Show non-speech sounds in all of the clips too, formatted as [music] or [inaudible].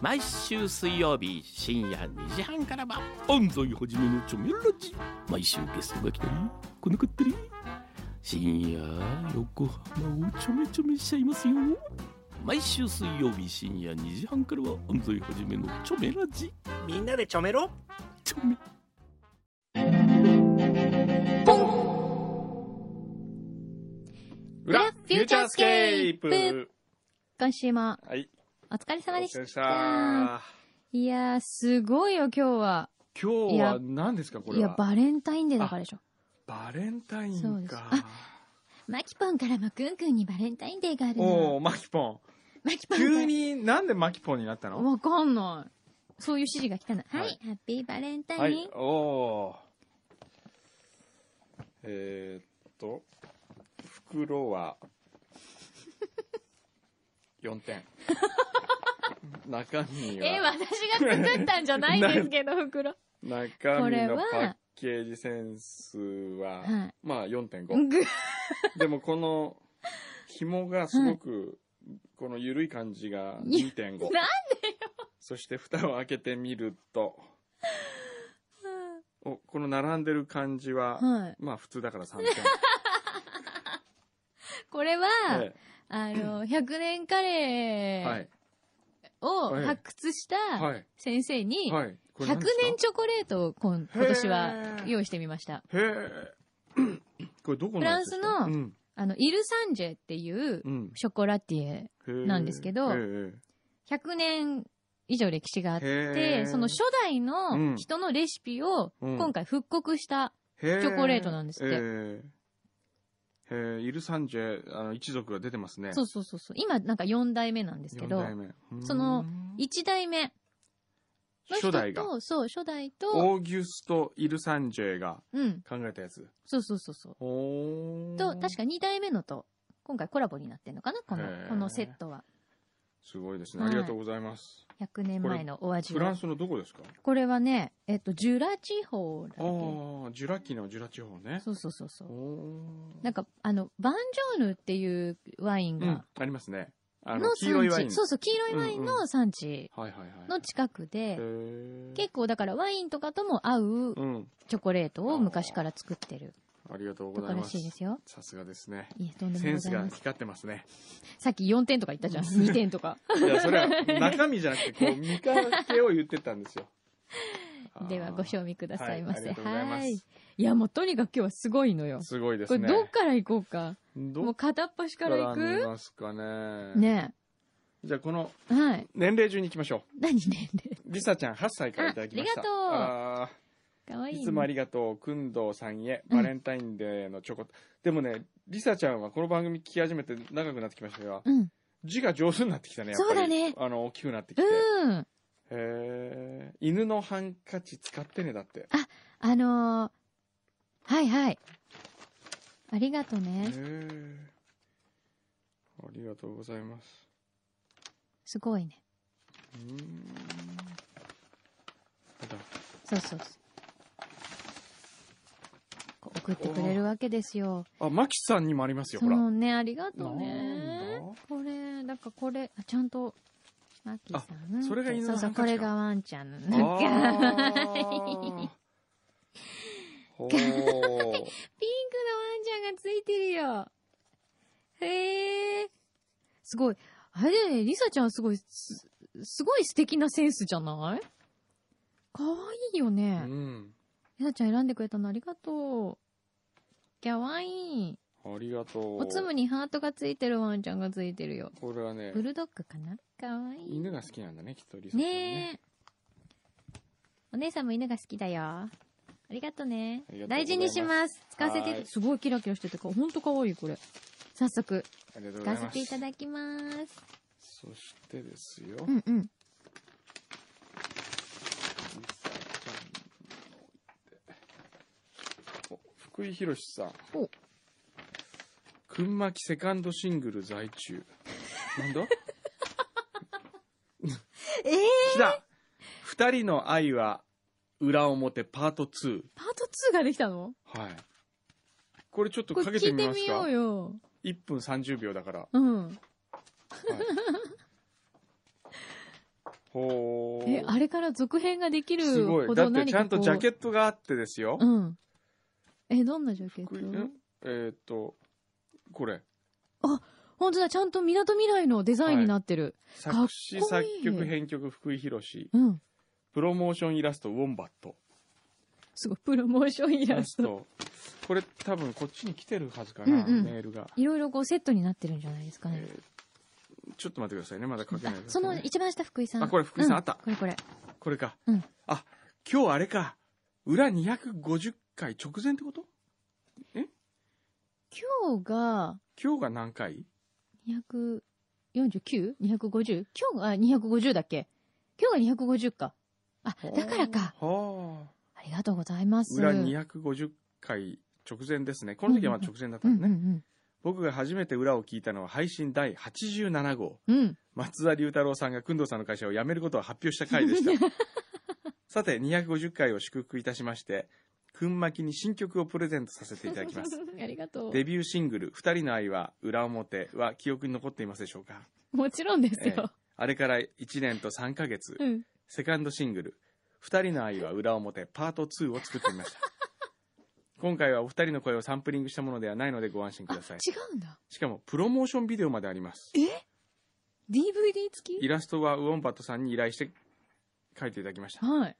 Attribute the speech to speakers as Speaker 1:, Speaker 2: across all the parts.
Speaker 1: 毎週水曜日深夜2時半からは安西はじめのチョメラジ毎週ゲストが来たり来なかったり深夜横浜をちょめちょめしちゃいますよ毎週水曜日深夜2時半からは安西はじめのチョメラジ
Speaker 2: みんなでちょめろ
Speaker 1: チョメ
Speaker 3: 裏フューチャースケープ
Speaker 4: 今週も
Speaker 3: はい。
Speaker 4: お疲れ
Speaker 3: お疲
Speaker 4: 様
Speaker 3: れ
Speaker 4: でした
Speaker 3: 様でした。今
Speaker 4: いやー、すごいよ、今日は。
Speaker 3: 日
Speaker 4: い
Speaker 3: は
Speaker 4: や
Speaker 3: 何ですかこ
Speaker 4: い
Speaker 3: れ
Speaker 4: や、
Speaker 3: は。
Speaker 4: バレンタインデーだからでしょ。
Speaker 3: バレンタイ
Speaker 4: そう
Speaker 3: ン
Speaker 4: です
Speaker 3: か。
Speaker 4: マキポンからもくんくんにバレンタインデーがある
Speaker 3: お
Speaker 4: の。
Speaker 3: おマキポ
Speaker 4: マキポ
Speaker 3: ン。
Speaker 4: ンから
Speaker 3: 急になんでマキポンになったの
Speaker 4: わかんない。そういう指示が来たの。はい、
Speaker 3: はい
Speaker 4: ハッピーバレンタイン。
Speaker 3: はい。おおー。えー、っと、袋は、4点。
Speaker 4: [laughs]
Speaker 3: 中身
Speaker 4: えー、
Speaker 3: は、
Speaker 4: 私が作ったんじゃないんですけど、袋。
Speaker 3: 中
Speaker 4: こ
Speaker 3: 身
Speaker 4: れ
Speaker 3: の
Speaker 4: は
Speaker 3: パッケージセンスは、
Speaker 4: はい
Speaker 3: まあ4.5。
Speaker 4: ぐ
Speaker 3: でもこの紐がすごく、この緩い感じが2.5。
Speaker 4: なんでよ
Speaker 3: そして蓋を開けてみると、おこの並んでる感じは、
Speaker 4: はい。
Speaker 3: まあ普通だから3
Speaker 4: これは、
Speaker 3: 点。え
Speaker 4: あの、100年カ
Speaker 3: え
Speaker 4: レ
Speaker 3: は
Speaker 4: ー
Speaker 3: い。
Speaker 4: を
Speaker 3: はい
Speaker 4: 発掘した
Speaker 3: はい。
Speaker 4: 先生に、
Speaker 3: はい。これ何です
Speaker 4: 100
Speaker 3: か
Speaker 4: 年チョコレートを今今年は用意してみました。
Speaker 3: へえ。これどこのやつですか
Speaker 4: フランスの
Speaker 3: うん。
Speaker 4: あの、イルサンジェっていう
Speaker 3: うん。
Speaker 4: ショコラティエ、
Speaker 3: へえ
Speaker 4: なんですけど
Speaker 3: へえ
Speaker 4: 100年以上歴史があ
Speaker 3: へ
Speaker 4: って
Speaker 3: ー、
Speaker 4: その初代の人のレシピを
Speaker 3: うん
Speaker 4: 今回復刻した、
Speaker 3: へえ
Speaker 4: チョコレートなんですって
Speaker 3: へえへえイルサンジェ、あの、一族が出てますね。
Speaker 4: そうそうそうそう、今なんか4代目なんですけど
Speaker 3: 四代、目、
Speaker 4: その
Speaker 3: うーん
Speaker 4: 1代目の人
Speaker 3: 初代が。
Speaker 4: と、そう、初代と、
Speaker 3: オーギュスト・イルサンジェが
Speaker 4: うん、
Speaker 3: 考えたやつ。
Speaker 4: そうそうそうそう。
Speaker 3: お
Speaker 4: と、確か2代目のと、今回コラボになってんのかなこ
Speaker 3: へ
Speaker 4: の
Speaker 3: ー、
Speaker 4: このセットは。
Speaker 3: すごいですね。あ
Speaker 4: はい
Speaker 3: りがとうございます。
Speaker 4: 100年前のお味
Speaker 3: フラ
Speaker 4: は
Speaker 3: ン。スのどこですか
Speaker 4: これはね、えっと、ジュラ地方だっ
Speaker 3: ああ
Speaker 4: け
Speaker 3: ー、ジュラ紀のジュラ地方ね。
Speaker 4: そうそうそうそう。
Speaker 3: おー
Speaker 4: なんか、あの、バンジョーヌっていうワイン
Speaker 3: う
Speaker 4: が、
Speaker 3: ん、ありますね。あの、
Speaker 4: の
Speaker 3: 黄色いワイ
Speaker 4: 産
Speaker 3: ン。
Speaker 4: 地、そうそう、黄色いワイン
Speaker 3: うんう
Speaker 4: の産地
Speaker 3: はいはいはい。
Speaker 4: の近く
Speaker 3: へ
Speaker 4: で、
Speaker 3: ー
Speaker 4: 結構だからワインとかとも合う
Speaker 3: うん。
Speaker 4: チョコレートを昔から作ってる
Speaker 3: ありがとう
Speaker 4: と
Speaker 3: ご
Speaker 4: こ
Speaker 3: ざい
Speaker 4: ら
Speaker 3: ます
Speaker 4: しい。ですよ。
Speaker 3: さすがですね。
Speaker 4: いや、とんで
Speaker 3: セ
Speaker 4: もご
Speaker 3: ンス
Speaker 4: ざい
Speaker 3: が
Speaker 4: ません。
Speaker 3: 光ってますね。
Speaker 4: さっき4点とか言った
Speaker 3: [laughs]
Speaker 4: じゃん。2点とか。。
Speaker 3: いや、それは中身じゃなくて、こう、見かけを言ってたんですよ
Speaker 4: [laughs] では、ご賞味くださいませ。
Speaker 3: はいありがとうございます
Speaker 4: い。いや、もうとにかく今日はすごいのよ。
Speaker 3: すごいで
Speaker 4: こ
Speaker 3: す
Speaker 4: れ
Speaker 3: ね。
Speaker 4: どっから行こうか。
Speaker 3: ど
Speaker 4: もう片っ端から行
Speaker 3: 見
Speaker 4: く
Speaker 3: ますかね。
Speaker 4: ね
Speaker 3: じゃあ、この
Speaker 4: え。はい。
Speaker 3: 年齢順に行きましょ
Speaker 4: 何年齢
Speaker 3: う。リサちゃん8歳からいただきました。
Speaker 4: あありがとう
Speaker 3: あ
Speaker 4: かわ
Speaker 3: ー
Speaker 4: いいね。
Speaker 3: いつもありがとう。くんどうさんへ、バレンタインデーのチョコ。でもね、リサちゃんはこの番組聞き始めて長くなってきましたが、
Speaker 4: うん。
Speaker 3: 字が上手になってきたね、やっぱり。
Speaker 4: そうだね
Speaker 3: あの、大きくなってきて。
Speaker 4: うん。
Speaker 3: へえ。犬のハンカチ使ってね、だって。
Speaker 4: あのー、はいはい。ありがと
Speaker 3: へ
Speaker 4: ね。
Speaker 3: え。ありがとうございます。
Speaker 4: すごいね。
Speaker 3: うーん。なんか
Speaker 4: そうそうそう。こう送ってくれるわけですよ。
Speaker 3: あ、マキさんにもありますよ、
Speaker 4: そ
Speaker 3: ほら。
Speaker 4: のね、ありがと
Speaker 3: な
Speaker 4: うね
Speaker 3: んだ。
Speaker 4: これ、だからこれ、あちゃんと、マキさん。
Speaker 3: あそれが犬の
Speaker 4: そうそ
Speaker 3: ハ
Speaker 4: う、
Speaker 3: ンカチ
Speaker 4: こ
Speaker 3: か
Speaker 4: れがワンちゃんの。
Speaker 3: あ
Speaker 4: なんか
Speaker 3: ーほー
Speaker 4: ピンクのワンちゃんがついてるよ。へえ。すごい。あれだよね、リサちゃんすごい、す、すごい素敵なセンスじゃないかわいいよ
Speaker 3: う
Speaker 4: ね。
Speaker 3: ん。
Speaker 4: リサちゃん選んでくれたのありがとう。かわいい。
Speaker 3: ありがとう。
Speaker 4: おつむにハートがついてるワンちゃんがついてるよ。
Speaker 3: これはね
Speaker 4: ブ、ルドッグかなかわいい。
Speaker 3: 犬が好きなんだね、きっと、リサちゃんね。
Speaker 4: ねえ。お姉さんも犬が好きだよ。ありがとね
Speaker 3: ありがとうございま。す
Speaker 4: 大事にします。使わせ
Speaker 3: は
Speaker 4: て、
Speaker 3: い
Speaker 4: すごいキラキラしてて、ほんとかわいいこれ。早速、
Speaker 3: ありがとうご
Speaker 4: 使
Speaker 3: ざいま
Speaker 4: わ
Speaker 3: す。
Speaker 4: せていただきます。
Speaker 3: そしてですよ、
Speaker 4: うんうん。
Speaker 3: リサちゃんお福井博さん。
Speaker 4: お
Speaker 3: くんまきセカンドシングル在中。なんだ
Speaker 4: ええ
Speaker 3: 来た二人の愛は裏表パート2。
Speaker 4: パート2ができたの
Speaker 3: はい。これちょっと
Speaker 4: これ
Speaker 3: かけて
Speaker 4: 聞い
Speaker 3: み
Speaker 4: て
Speaker 3: ます
Speaker 4: み
Speaker 3: か
Speaker 4: ようよ。
Speaker 3: 1分30秒だから。
Speaker 4: うん。
Speaker 3: はいほう。
Speaker 4: え、あれから続編ができ
Speaker 3: す
Speaker 4: る
Speaker 3: ご
Speaker 4: ほ
Speaker 3: い。だ
Speaker 4: ど
Speaker 3: って
Speaker 4: 何
Speaker 3: ちゃ
Speaker 4: か
Speaker 3: ん
Speaker 4: ことう。
Speaker 3: ジャケットがあってですよ。
Speaker 4: うん。え、どんなジャケッ
Speaker 3: これん
Speaker 4: ト
Speaker 3: えーっと、これ。
Speaker 4: 本当だ、ちゃんと港未来のデザインになってる。
Speaker 3: 作詞、
Speaker 4: かっこ
Speaker 3: 作
Speaker 4: いい
Speaker 3: 曲、編曲、福井博士。
Speaker 4: うん。
Speaker 3: プロモーションイラスト、ウォンバット。
Speaker 4: すごい、プロモーションイラスト。
Speaker 3: これ多分こっちに来てるはずか
Speaker 4: うん
Speaker 3: な、
Speaker 4: うん
Speaker 3: メールが。
Speaker 4: いろいろこうセットになってるんじゃないですかね。
Speaker 3: えーちょっと待ってくださいね。まだ書けない
Speaker 4: あ
Speaker 3: ですね、
Speaker 4: その一番下福井さん。
Speaker 3: あこれ福井さんあった
Speaker 4: これこれ。
Speaker 3: これか。
Speaker 4: うん
Speaker 3: あ、今日あれか。裏250回直前ってこと
Speaker 4: 今日が
Speaker 3: 今日が何回
Speaker 4: 249?250? 今日があ250だっけ今日が250か。あ、だからか。。
Speaker 3: はあ。
Speaker 4: ありがとうございます。
Speaker 3: 裏250回直前ですね。この時はまあ直前だった
Speaker 4: うん
Speaker 3: の
Speaker 4: う
Speaker 3: ね。
Speaker 4: ん
Speaker 3: 僕が初めて裏を聞いたのは配信第87号。
Speaker 4: うん。うん。
Speaker 3: 松田龍太郎さんが工藤さんの会社を辞めることを発表した回で
Speaker 4: [laughs]
Speaker 3: した。さて、250回を祝福いたしまして、くんまきに新曲をプレゼントさせていただきます。
Speaker 4: [laughs] ありがとう。
Speaker 3: デビューシングル、二人の愛は裏表は記憶に残っていますでしょうか
Speaker 4: もちろんです
Speaker 3: ええ
Speaker 4: よ。
Speaker 3: あれから1年と3ヶ月、
Speaker 4: うん。
Speaker 3: セカンドシングル、二人の愛は裏表パート2を作ってみました。
Speaker 4: [laughs]
Speaker 3: 今回はお二人の声をサンプリングしたものではないのでご安心く
Speaker 4: あ、違
Speaker 3: ださい。
Speaker 4: うんだ。
Speaker 3: しかもプロモーションビデオまであります。
Speaker 4: DVD 付
Speaker 3: イ
Speaker 4: き
Speaker 3: ラストはウォンバットさんに依頼して書いていただきました。
Speaker 4: はい。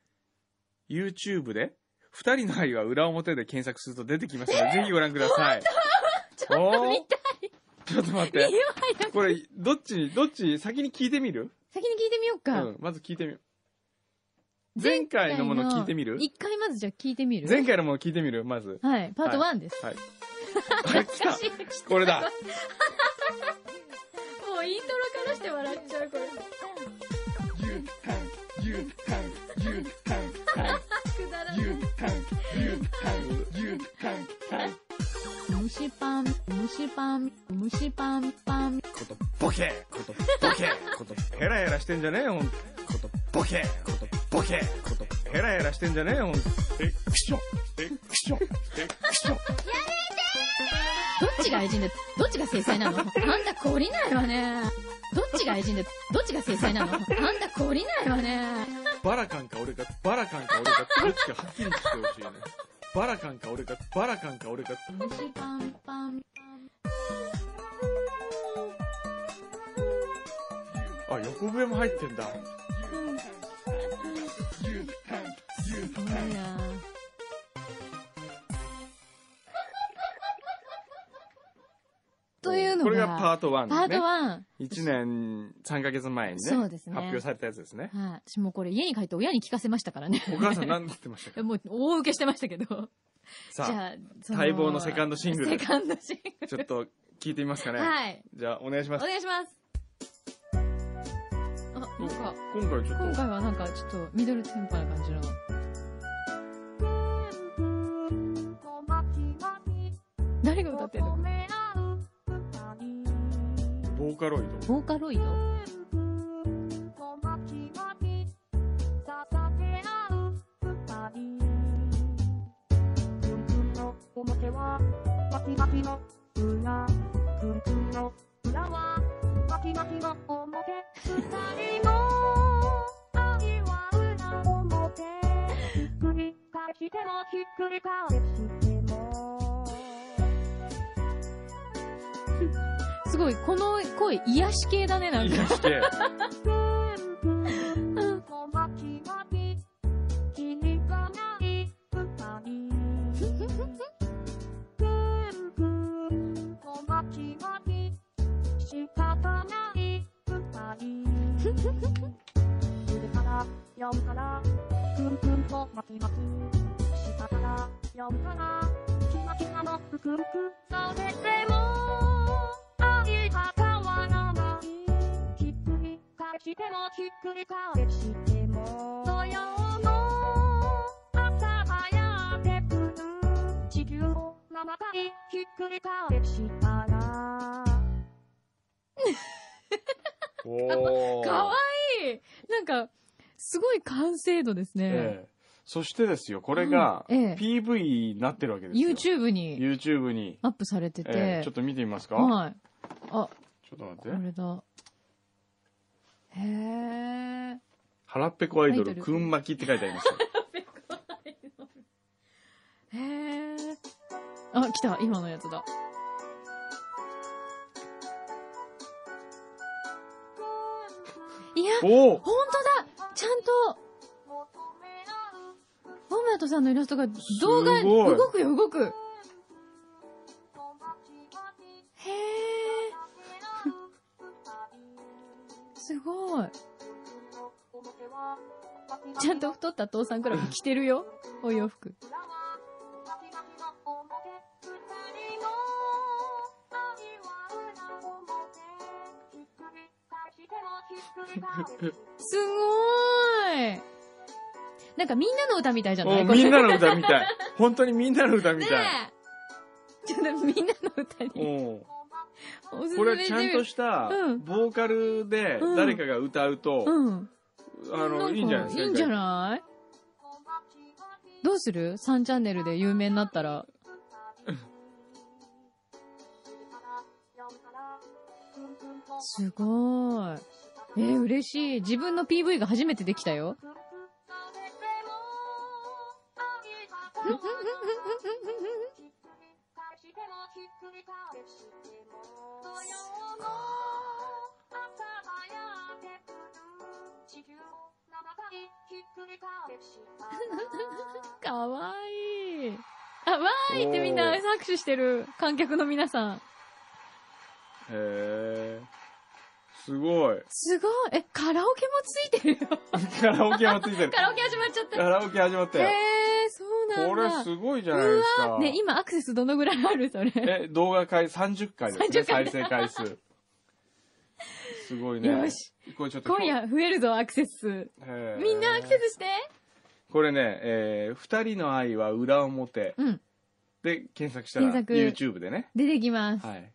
Speaker 3: YouTube で、二人の愛は裏表で検索すると出てきますので、ぜひご覧ください。ちょっと見たい。ちょっと待っ
Speaker 4: 見
Speaker 3: て。
Speaker 4: よう早く
Speaker 3: これ、どっちに、どっちに先に聞いてみる
Speaker 4: 先に聞いてみよう
Speaker 3: う
Speaker 4: か。
Speaker 3: ん、まず聞いてみる。前回のもの聞いてみる
Speaker 4: 一回まずじゃあ聞いてみる
Speaker 3: 前回のもの聞いてみるまず。
Speaker 4: はい、パート1です。
Speaker 3: はい。あ、来た。
Speaker 4: 懐かしい
Speaker 3: これだ。
Speaker 4: もうイントロからして笑っちゃう、これ。くだらない。虫パン、虫パン、虫パンパン。
Speaker 2: ことボケことボケこと
Speaker 3: ヘラヘラしてんじゃねえよ、ほんと
Speaker 2: ことボケことボケこと
Speaker 3: ヘラヘラしてんじゃねえよ、ほんと
Speaker 2: エクションエクションエクション
Speaker 4: どっちが愛人で、どっちが制裁なのあんた懲りないわね。どっちが愛人で、どっちが制裁なのあんた懲りないわね。
Speaker 3: バラカンか俺か、バラカンか俺か、どっちかはっきりしてほしいね。バラカンか俺か、バラカンか俺か、
Speaker 4: 虫パンパン。
Speaker 3: あ、横笛も入ってんだ。
Speaker 4: すごいなというのが、
Speaker 3: これがパート1、ね。
Speaker 4: パート1。
Speaker 3: 1年3ヶ月前にね
Speaker 4: そうですね
Speaker 3: 発表されたやつですね。
Speaker 4: はい。私もうこれ家に帰って親に聞かせましたからね。
Speaker 3: お母さん何て言ってました
Speaker 4: い
Speaker 3: か
Speaker 4: やもう大受けしてましたけど。じ
Speaker 3: さ
Speaker 4: ゃあ、そ
Speaker 3: 待望のセカンドシングル
Speaker 4: セカンドシング
Speaker 3: あ、
Speaker 4: ル。
Speaker 3: ちょっと聞いてみますかね。
Speaker 4: はい。
Speaker 3: じゃあ、お願いしま
Speaker 4: お
Speaker 3: す。
Speaker 4: 願いします。あ、なんか、
Speaker 3: 今回ちょ
Speaker 4: 今
Speaker 3: っと、
Speaker 4: 回はなんかちょっとミドルテンパな感じの。誰が歌ってんの
Speaker 3: ボーカロイド。
Speaker 4: ボーカロイドすごい、この声、癒し系だね、なんか。
Speaker 3: 癒して、 [laughs] おー
Speaker 4: かわいいなんか、すごい完成度ですね。
Speaker 3: ええそしてですよ、これが、
Speaker 4: うんええ
Speaker 3: PV になってるわけですよ。
Speaker 4: YouTube に
Speaker 3: YouTube に。
Speaker 4: アップされてて。
Speaker 3: ええちょっと見てみますか、
Speaker 4: はい。
Speaker 3: ち
Speaker 4: あ、
Speaker 3: ょっと待
Speaker 4: こ
Speaker 3: って。
Speaker 4: れだ。へえ。
Speaker 3: 腹っぺこアイドル
Speaker 4: アイドル
Speaker 3: くんまきって書いてあります
Speaker 4: [laughs]
Speaker 3: よ。
Speaker 4: へえ。あ、来た、今のやつだ。いや、
Speaker 3: おお
Speaker 4: ほんとだちゃんと、ボンバートさんのイラストが動画、
Speaker 3: すごい
Speaker 4: 動くよ、動く。へえ。すごい。 [laughs] ちゃんと太った父さんクラブ着てるよ、お洋服。すごーい。なんかみんなの歌みたいじゃない
Speaker 3: お
Speaker 4: これ
Speaker 3: みんなの歌みたい。本当にみんなの歌み
Speaker 4: ね
Speaker 3: たい。
Speaker 4: え。ちょっとみんなの歌に
Speaker 3: おう
Speaker 4: おすすめ
Speaker 3: これはちゃんと
Speaker 4: し
Speaker 3: した
Speaker 4: うん
Speaker 3: ボーカルで誰かが歌うと、
Speaker 4: うん。
Speaker 3: あ
Speaker 4: な
Speaker 3: の、
Speaker 4: んか
Speaker 3: いいんじゃないですか。
Speaker 4: いいんじゃないどうする ?3 チャンネルで有名になった [laughs] ら。すごい。えー嬉しい。自分の PV が初めてできたよ。かわいい。あ、わーいってみんな拍手してる。観客の皆さん。
Speaker 3: へえ。すごい。 [laughs]
Speaker 4: すごい。え、カラオケもついてるよ。
Speaker 3: カラオケもついてる。
Speaker 4: カラオケ始まっちゃった。
Speaker 3: カラオケ始まった
Speaker 4: へ
Speaker 3: よ。
Speaker 4: えー、そうなんだ。
Speaker 3: これすごいじゃないです
Speaker 4: う
Speaker 3: か
Speaker 4: わ。ね、今アクセスどのぐらいあるそれ。
Speaker 3: え、動画回30回ですね、
Speaker 4: 30回
Speaker 3: 再生回数。すごいね。
Speaker 4: よし。
Speaker 3: これちょっと
Speaker 4: 今夜増えるぞ、アクセス数。
Speaker 3: へー
Speaker 4: みんなアクセスして。
Speaker 3: これね、えー二人の愛は裏表
Speaker 4: うん。
Speaker 3: で検索したら
Speaker 4: 検索
Speaker 3: YouTube でね。
Speaker 4: 出てきます。
Speaker 3: はい。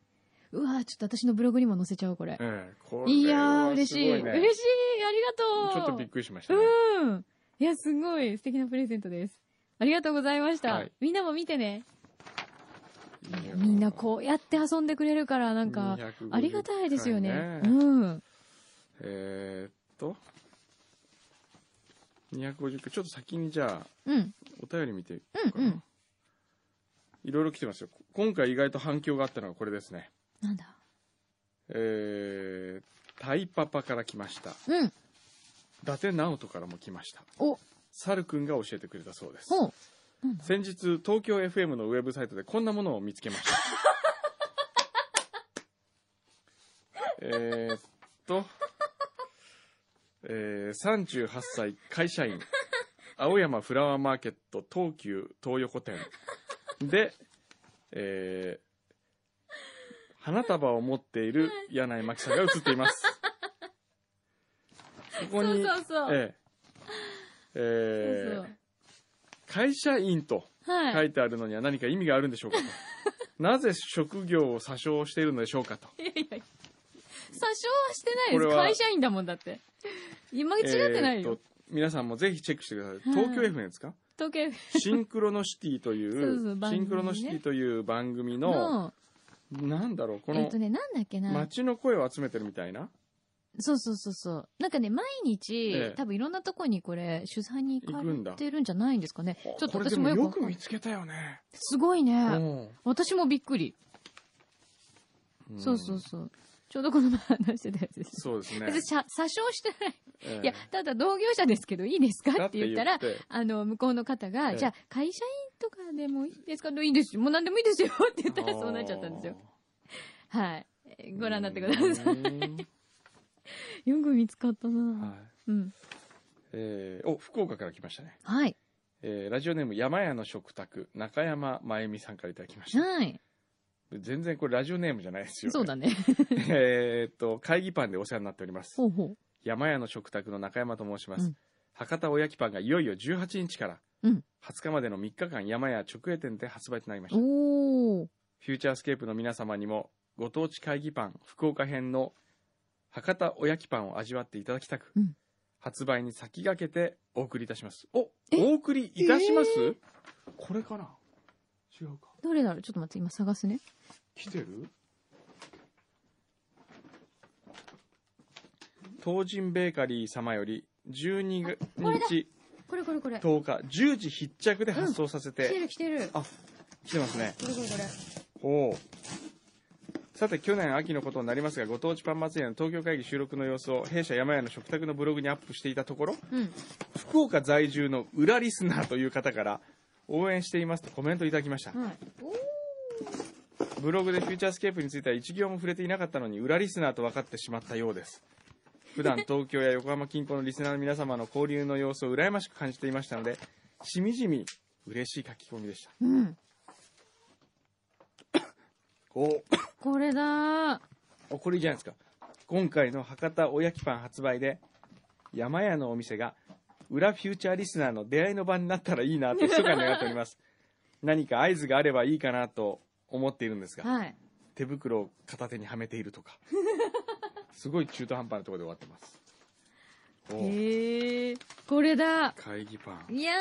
Speaker 4: うわちょっと私のブログにも載せちゃおう、これ。
Speaker 3: えーこれ
Speaker 4: いや
Speaker 3: は
Speaker 4: ー、嬉
Speaker 3: す
Speaker 4: しい。
Speaker 3: ご
Speaker 4: 嬉
Speaker 3: ね
Speaker 4: しい。ありが
Speaker 3: ちょ
Speaker 4: とう。
Speaker 3: っとびっくりしましたね。
Speaker 4: うん。いや、すごい。素敵なプレゼントです。ありがとうございました。
Speaker 3: はい
Speaker 4: みんなも見てね。
Speaker 3: いや
Speaker 4: みんなこうやって遊んでくれるから、なんか、
Speaker 3: 250
Speaker 4: ありがたいですよね。
Speaker 3: 回
Speaker 4: うん。
Speaker 3: えーっと、250回、ちょっと先にじゃあ、
Speaker 4: うん。
Speaker 3: お便り見ていこうか
Speaker 4: うんうん
Speaker 3: な。いろいろ来てますよ。こ今回意外と反響があったのはこれですね。
Speaker 4: なんだ。
Speaker 3: えー、タイパパから来ました。
Speaker 4: うん。
Speaker 3: 伊達直人からも来ました。
Speaker 4: お、
Speaker 3: サルくんが教えてくれたそうです。
Speaker 4: ほう。
Speaker 3: 先日、東京 FM のウェブサイトでこんなものを見つけました。 [laughs] えーっと、えー、38歳会社員、青山フラワーマーケット東急東横店で、えー花束を持っている柳井真紀さんが映っています。ここ
Speaker 4: そう
Speaker 3: に、
Speaker 4: そうそう。
Speaker 3: えーえー
Speaker 4: そう
Speaker 3: 会社員と、
Speaker 4: そう。はい。
Speaker 3: 書いてあるのには何か意味があるんでしょうかと。
Speaker 4: [laughs]
Speaker 3: なぜ職業を詐称しているのでしょうかと。
Speaker 4: いやいや、詐称はしてない
Speaker 3: これ
Speaker 4: です。
Speaker 3: は
Speaker 4: 会社員だもんだって。今違ってな
Speaker 3: え
Speaker 4: い
Speaker 3: ー
Speaker 4: よ
Speaker 3: っと。皆さんもぜひチェックしてください。
Speaker 4: はい
Speaker 3: 東京 FM ですか
Speaker 4: 時計
Speaker 3: シンクロノシティとい
Speaker 4: [laughs] そうそう
Speaker 3: う、
Speaker 4: 番組ね
Speaker 3: シンクロノシティという番組の、
Speaker 4: の、
Speaker 3: なんだろう、こ
Speaker 4: えっ
Speaker 3: の
Speaker 4: と、ね、なんだっけな。
Speaker 3: 街の声を集めてるみたいな。
Speaker 4: そうそうそうそう。なんかね、毎
Speaker 3: え
Speaker 4: 日
Speaker 3: え、
Speaker 4: 多分いろんなとこにこれ、取材に行か
Speaker 3: 行くんだ
Speaker 4: れてるんじゃないんですかね。ちょっと
Speaker 3: これで
Speaker 4: 私も
Speaker 3: も
Speaker 4: よ
Speaker 3: よ
Speaker 4: く
Speaker 3: く、見つけたよね。
Speaker 4: すごいね。
Speaker 3: う
Speaker 4: 私もびっくり。
Speaker 3: ん
Speaker 4: そうそう。そう。ちょうどこの前話してたやつです。
Speaker 3: そうですね
Speaker 4: 別に。詐詐称してない。
Speaker 3: ええ
Speaker 4: いや、ただ同業者ですけど、いいですかって言ったら
Speaker 3: だ、て
Speaker 4: あの、向こうの方が、
Speaker 3: ええ
Speaker 4: じゃあ、会社員とかでもいいですかいいですよ。もう何でもいいですよ。って言
Speaker 3: 言
Speaker 4: ったらそうなっちゃったんですよ。。はい。えーご覧になってくださ
Speaker 3: う
Speaker 4: い。
Speaker 3: ん
Speaker 4: よく見つかった
Speaker 3: はい
Speaker 4: な。うん。
Speaker 3: えーお、福岡から来ましたね。
Speaker 4: はい。
Speaker 3: えーラジオネーム山屋の食卓中山真由美さんからいただきました
Speaker 4: はい。
Speaker 3: 全然これラジオネームじゃないですよ、ね、
Speaker 4: そうだね。
Speaker 3: [laughs] えーっと会議パンでお世話になっております
Speaker 4: ほうほ
Speaker 3: 山屋の食卓の中山と申します、
Speaker 4: うん
Speaker 3: 博多おやきパンがいよいよ18日から
Speaker 4: うん
Speaker 3: 20日までの3日間山屋直営店で発売となりました
Speaker 4: う。おー。
Speaker 3: フューチャースケープの皆様にもご当地会議パン福岡編の博多おやきパンを味わっていただきたく、
Speaker 4: うん
Speaker 3: 発売に先駆けてお送りいたしますお
Speaker 4: え
Speaker 3: お送りいたします、これかな違うか
Speaker 4: どれだろうちょっと待って、今探すね。
Speaker 3: 来てる東神ベーカリー様より12
Speaker 4: これだ
Speaker 3: 日
Speaker 4: これこれこれ。
Speaker 3: 10日10時必着で発送させ
Speaker 4: 来て
Speaker 3: て
Speaker 4: る来てる。こ
Speaker 3: 来てますね
Speaker 4: れこれこれ。
Speaker 3: おおさて去年秋のことになりますがご当地パン祭りの東京会議収録の様子を弊社山屋の食卓のブログにアップしていたところ
Speaker 4: うん。
Speaker 3: 福岡在住の裏リスナーという方から応援していますとコメントいただきました
Speaker 4: はい。おー
Speaker 3: ブログでフューチャースケープについては一行も触れていなかったのに裏リスナーと分かってしまったようです普段東京や横浜近郊のリスナーの皆様の交流の様子を羨ましく感じていましたのでしみじみ嬉しい書き込みでした
Speaker 4: うん。
Speaker 3: おお
Speaker 4: これだー。
Speaker 3: あこれいいじゃないですか今回の博多おやきパン発売で山屋のお店が裏フューチャーリスナーの出会いの場になったらいいなと密かに願っております
Speaker 4: [laughs]
Speaker 3: 何か合図があればいいかなと思っているんですが
Speaker 4: はい。
Speaker 3: 手袋を片手にはめていると
Speaker 4: [laughs]
Speaker 3: かすごい中途半端なところで終わってますおう
Speaker 4: へえー。これだ。
Speaker 3: 会議パン
Speaker 4: いや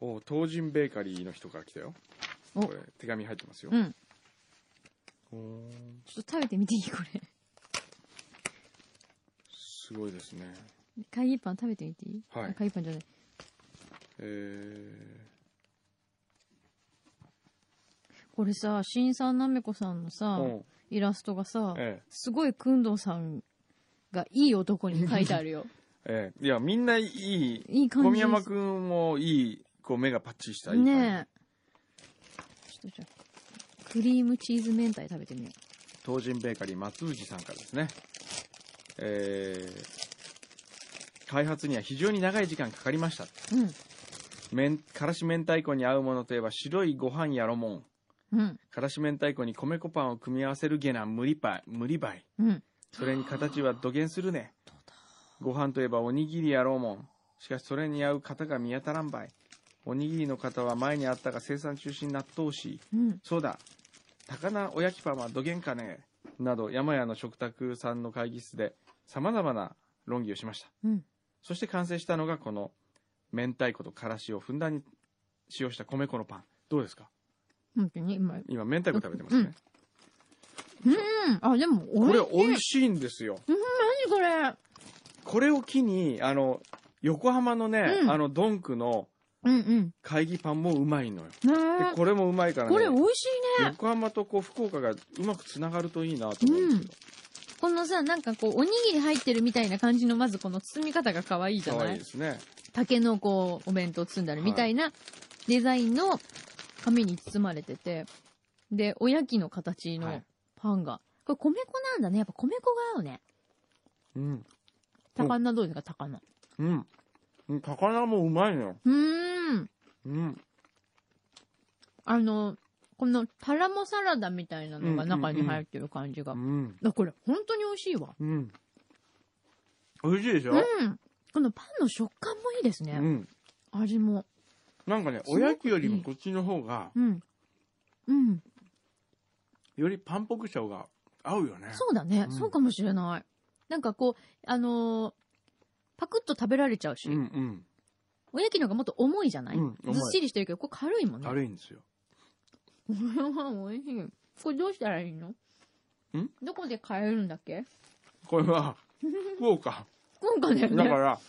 Speaker 3: おう東人ベーカリーの人から来たよ
Speaker 4: お
Speaker 3: これ手紙入ってますよ
Speaker 4: ー。、うん。
Speaker 3: おー
Speaker 4: ちょっと食べてみていいこれ。 [laughs]
Speaker 3: すごいですね
Speaker 4: 会議パン食べてみていい
Speaker 3: はい
Speaker 4: あ会議パンじゃない。
Speaker 3: えー、
Speaker 4: これさ、新さんなめこさんのさ、
Speaker 3: うん
Speaker 4: イラストがさ、
Speaker 3: ええ
Speaker 4: すごいくんどうさんがいい男に書いてあ
Speaker 3: [laughs]
Speaker 4: るよ。
Speaker 3: ええ、いや、みんないい、
Speaker 4: いい感じ
Speaker 3: 小宮山くんもいい、こう目がパッチリした。いい感じ
Speaker 4: ねえ。ちょっとじゃあクリームチーズ明太食べてみよ
Speaker 3: 東人ベーカリー松藤さんからですね。えー開発には非常に長い時間かかりました。
Speaker 4: う。
Speaker 3: 麺、からし明太子に合うものといえば白いご飯やろもん。
Speaker 4: うん。うん。
Speaker 3: からし明太子に米粉パンを組み合わせるげな無理パイ、無理ばい。
Speaker 4: うん。
Speaker 3: それに形は土幻するね。ご飯といえばおにぎりやろうもん。しかしそれに合う型が見当たらんばい。おにぎりの型は前にあったが生産中止になっとうし。
Speaker 4: うん。
Speaker 3: そうだ。高菜おやきパンはどげんかね。など、山屋の食卓さんの会議室で様々な論議をしました。
Speaker 4: うん。
Speaker 3: そして完成したのがこの、明太子とからしをふんだんに使用した米粉のパン。どうですか
Speaker 4: 本当にうまい。
Speaker 3: 今、明太子食べてますね。
Speaker 4: うん。あ、でも、
Speaker 3: こ
Speaker 4: おい
Speaker 3: れ
Speaker 4: しい。
Speaker 3: 美味しいんですよ。
Speaker 4: 何これ。
Speaker 3: これを機に、あの、横浜のね、
Speaker 4: うん
Speaker 3: あの、ドンクの
Speaker 4: うんうん。
Speaker 3: 会議パンもうまいのよ。
Speaker 4: ね
Speaker 3: で、
Speaker 4: え。
Speaker 3: これもうまいからね。
Speaker 4: これ美味しいね。
Speaker 3: 横浜とこう、福岡がうまくつながるといいなと思うんですけど。
Speaker 4: このさ、なんかこう、おにぎり入ってるみたいな感じの、まずこの包み方が可愛いじゃ
Speaker 3: 可
Speaker 4: な
Speaker 3: 愛い
Speaker 4: い
Speaker 3: ですね。
Speaker 4: タケノコお弁当包んだりみたいなデザインの紙に包まれてて、で、おやきの形
Speaker 3: は
Speaker 4: の
Speaker 3: い
Speaker 4: パンが。これ米粉なんだね。やっぱ米粉が合うね。
Speaker 3: うん。
Speaker 4: 高菜どうですか、高菜。
Speaker 3: うん。うん高菜もうまいのよ。
Speaker 4: うーん。
Speaker 3: うん。
Speaker 4: あの、このタラモサラダみたいなのが中に入ってる感じが。
Speaker 3: う
Speaker 4: あ、
Speaker 3: ん。
Speaker 4: これ本当に美味しいわ。
Speaker 3: うん。美味しいでしょ
Speaker 4: うん。このパンの食感もいいです
Speaker 3: う
Speaker 4: ね。
Speaker 3: ん。
Speaker 4: 味も。
Speaker 3: なんかね、
Speaker 4: すご
Speaker 3: お
Speaker 4: くいい
Speaker 3: やきよりもこっちの方が、
Speaker 4: うん。うん。
Speaker 3: よりパンっぽくした方が合うよね。
Speaker 4: そうだね。
Speaker 3: うん
Speaker 4: そうかもしれない。なんかこう、あのーパクッと食べられちゃうし、
Speaker 3: うん
Speaker 4: おやきの方がもっと重いじゃない、
Speaker 3: うん重い
Speaker 4: ずっしりしてるけど、これ軽いもん
Speaker 3: うん。
Speaker 4: ね。 [laughs]
Speaker 3: 軽いんですよ。
Speaker 4: これは美味しい。これどうしたらいいのんどこで買えるんだっけ
Speaker 3: これ
Speaker 4: [laughs]
Speaker 3: は、福岡。
Speaker 4: 福岡だよ
Speaker 3: だか
Speaker 4: ね。
Speaker 3: ら、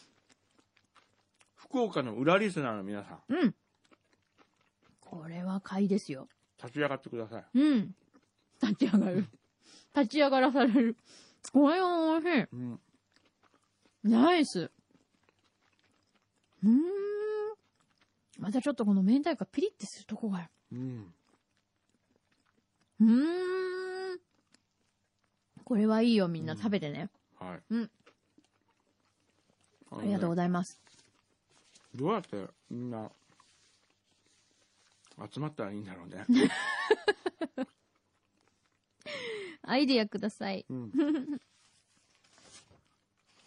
Speaker 3: 福岡の裏リスナーの皆さん、
Speaker 4: うん。これは買いですよ。
Speaker 3: 立ち上がってください。
Speaker 4: うん。立ち上がる。立ち上がらされる。これは美味し
Speaker 3: うん。
Speaker 4: い。ナイス。うーん。またちょっとこの明太子がピリってするとこが。
Speaker 3: うん。
Speaker 4: うーん。これはいいよ、みんな食べてね。
Speaker 3: はい。
Speaker 4: うん。ありがとうご
Speaker 3: う。
Speaker 4: ざいます。
Speaker 3: どうやってみんな、集まったらいいんだろうね。
Speaker 4: アイディアください。
Speaker 3: うん、